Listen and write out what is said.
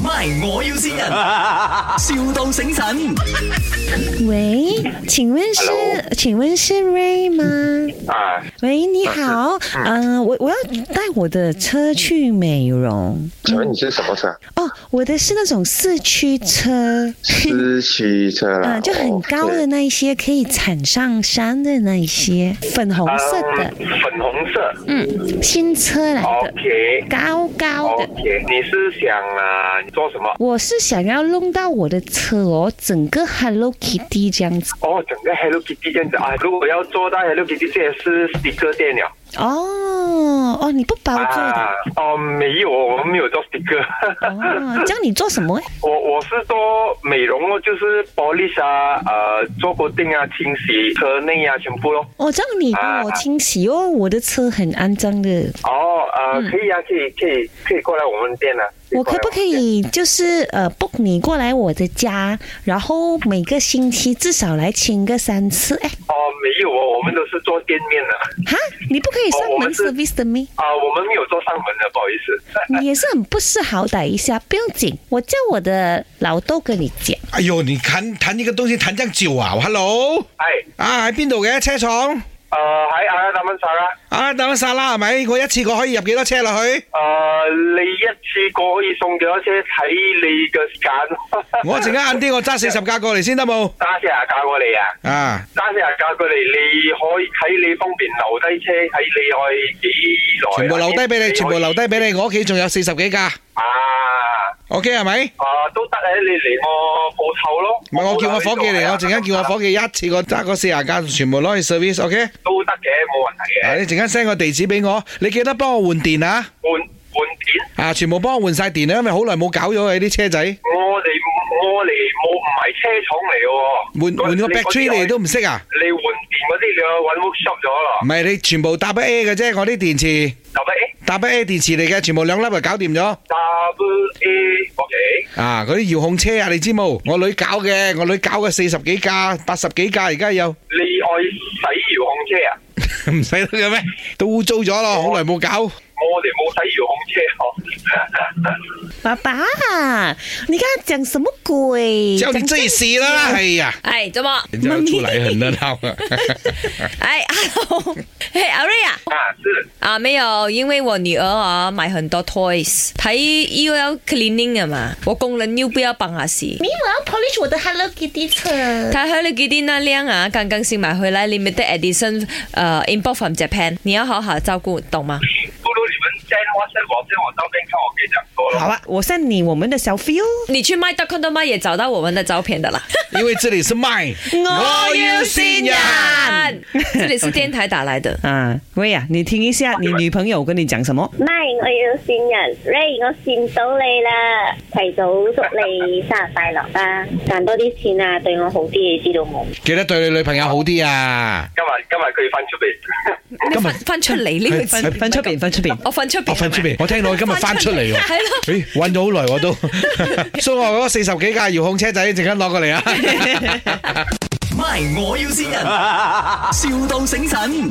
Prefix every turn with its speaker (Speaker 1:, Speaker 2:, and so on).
Speaker 1: ，MY 我要先人，,笑到醒神。
Speaker 2: 喂，请问是
Speaker 3: Hello
Speaker 2: 请问是 Ray 吗？
Speaker 3: 啊，
Speaker 2: 喂，你好，嗯、我我要带我的车去美容
Speaker 3: 请问你是什么车？
Speaker 2: 哦，我的是那种四驱车，
Speaker 3: 四驱车啦，哦
Speaker 2: 呃，就很高的
Speaker 3: OK
Speaker 2: 那一些，可以铲上山的那一些，粉红色的，
Speaker 3: 嗯粉红色。
Speaker 2: 嗯，新车来的，
Speaker 3: OK
Speaker 2: 高高的。
Speaker 3: OK，你是想啊，你做什么？
Speaker 2: 我是想要弄到我的车哦，整个 Hello Kitty 这样子
Speaker 3: 哦，整个 Hello Kitty 这样子啊，如果要做到 Hello Kitty，这也是的哥店了
Speaker 2: 哦哦，你不包做的
Speaker 3: 啊。哦，没有，我们没有做的哥。
Speaker 2: 哦，这样你做什么？
Speaker 3: 我我是做美容哦，就是 polish 啊，呃，做固定啊，清洗车内啊，全部咯。
Speaker 2: 哦，这样你帮我
Speaker 3: 啊
Speaker 2: 清洗哦，我的车很肮脏的，
Speaker 3: 哦，呃，可以啊，可以，可以，可以过来我们店啊。
Speaker 2: 嗯我可不可以就是呃 book 你过来我的家，然后每个星期至少来清个三次？哎，
Speaker 3: 哦，没有哦，我们都是做店面的
Speaker 2: 哈，你不可以上
Speaker 3: 哦我
Speaker 2: 门
Speaker 3: 们是
Speaker 2: service 的咩？
Speaker 3: 啊，我们没有做上门的，不好意思。
Speaker 2: 你也是很不识好歹一下，不用紧，我叫我的老豆跟你讲。
Speaker 4: 哎呦，你谈谈呢個東西談得照啊？Hello，
Speaker 3: 係，
Speaker 4: 啊喺邊度嘅車廠？
Speaker 3: 誒喺呃阿拉達文沙啦，
Speaker 4: 啊，等一剎啦，係咪？我一次過可以入幾多車落去？
Speaker 3: 誒呃你一次過可以送幾多車，睇你嘅時間。
Speaker 4: 我陣間晏啲我揸四十架過嚟先得冇？
Speaker 3: 揸四廿架過嚟啊！
Speaker 4: 啊，
Speaker 3: 揸四廿架過嚟，你可以睇你方便留低車，睇你可以幾耐。
Speaker 4: 全部留低俾你，全部留低俾你。我屋企仲有四十幾架
Speaker 3: 啊！
Speaker 4: ，OK 係咪？
Speaker 3: 啊，都得嘅，你嚟我鋪頭咯。
Speaker 4: 唔係我叫我伙計嚟，我陣間叫我伙
Speaker 3: 計
Speaker 4: 計一次過揸嗰四廿架全部攞去 service，OK？
Speaker 3: 都得嘅，冇問題
Speaker 4: 啊，
Speaker 3: 嘅。
Speaker 4: 你陣間 send 個地址俾我，你記得幫我換電啊！
Speaker 3: 換換件。
Speaker 4: 啊，全部幫我換晒電啊，因為好耐冇搞咗啊啲車仔，
Speaker 3: 我哋我哋冇唔係車廠嚟嘅喎，
Speaker 4: 換換個
Speaker 3: 你嗰啲
Speaker 4: battery 你都唔識啊？
Speaker 3: 你換電嗰啲你要揾 workshop 咗咯
Speaker 4: 唔，係你全部搭 A 嘅啫，我啲電池
Speaker 3: 就咪誒
Speaker 4: 搭 A 電池嚟嘅，全部兩粒就搞掂咗。
Speaker 3: W A OK，
Speaker 4: 啊，嗰啲遙控車啊，你知冇？我女搞嘅，我女搞嘅四十幾架、八十幾架，而家有
Speaker 3: 你愛洗遙控車啊？
Speaker 4: 唔使得嘅咩？都污糟咗咯，好耐冇搞。
Speaker 3: 我哋冇洗遙控啊車哦。
Speaker 2: 爸爸，你跟他讲什么鬼？
Speaker 4: 之後你自己試啦，哎呀，
Speaker 5: 哎，怎么？
Speaker 4: 人家都出嚟很熱鬧啊！
Speaker 5: 哎，hello，嘿， 阿瑞啊，
Speaker 3: 啊，是
Speaker 5: 啊，没有，因为我女儿啊买很多 toys，她又要 cleaning 啊嘛，我工人又不要帮她洗。
Speaker 2: 没有，我要 polish 我的 Hello Kitty 车。
Speaker 5: 她还有给的那辆啊，刚刚新买回来，limited edition，呃，import from Japan，你要好好照顾，懂吗？
Speaker 3: 不如你們 send WhatsApp 我 send 我照片，看我可以怎樣做咯。
Speaker 2: 好啊，我 send 你我们的小 feel。
Speaker 5: 你去 my dot com 的 my 也找到我们的照片的啦。
Speaker 4: 因為這裡是麥，先
Speaker 5: 这里是电台打来的。
Speaker 2: 啊，喂啊，你听一下，你女朋友跟你讲什么？
Speaker 6: 咪，我要善人，Ray，我善到你啦，提早祝你生日快樂啦，賺多啲錢啊，對我好啲，你知道冇？
Speaker 4: 記得對你女朋友好啲啊！
Speaker 3: 今日今日佢翻出嚟，
Speaker 5: 你翻翻出嚟呢個字，
Speaker 2: 翻出边，翻出边。
Speaker 5: 我翻出邊，
Speaker 4: 我啊哦翻出嚟，我聽到佢今日翻出嚟喎。
Speaker 5: 係咯。
Speaker 4: 咦，揾咗好耐我都，所以我嗰四十幾架遙控車仔，陣間攞過嚟啊！
Speaker 1: MY 我要先人，,笑到醒神。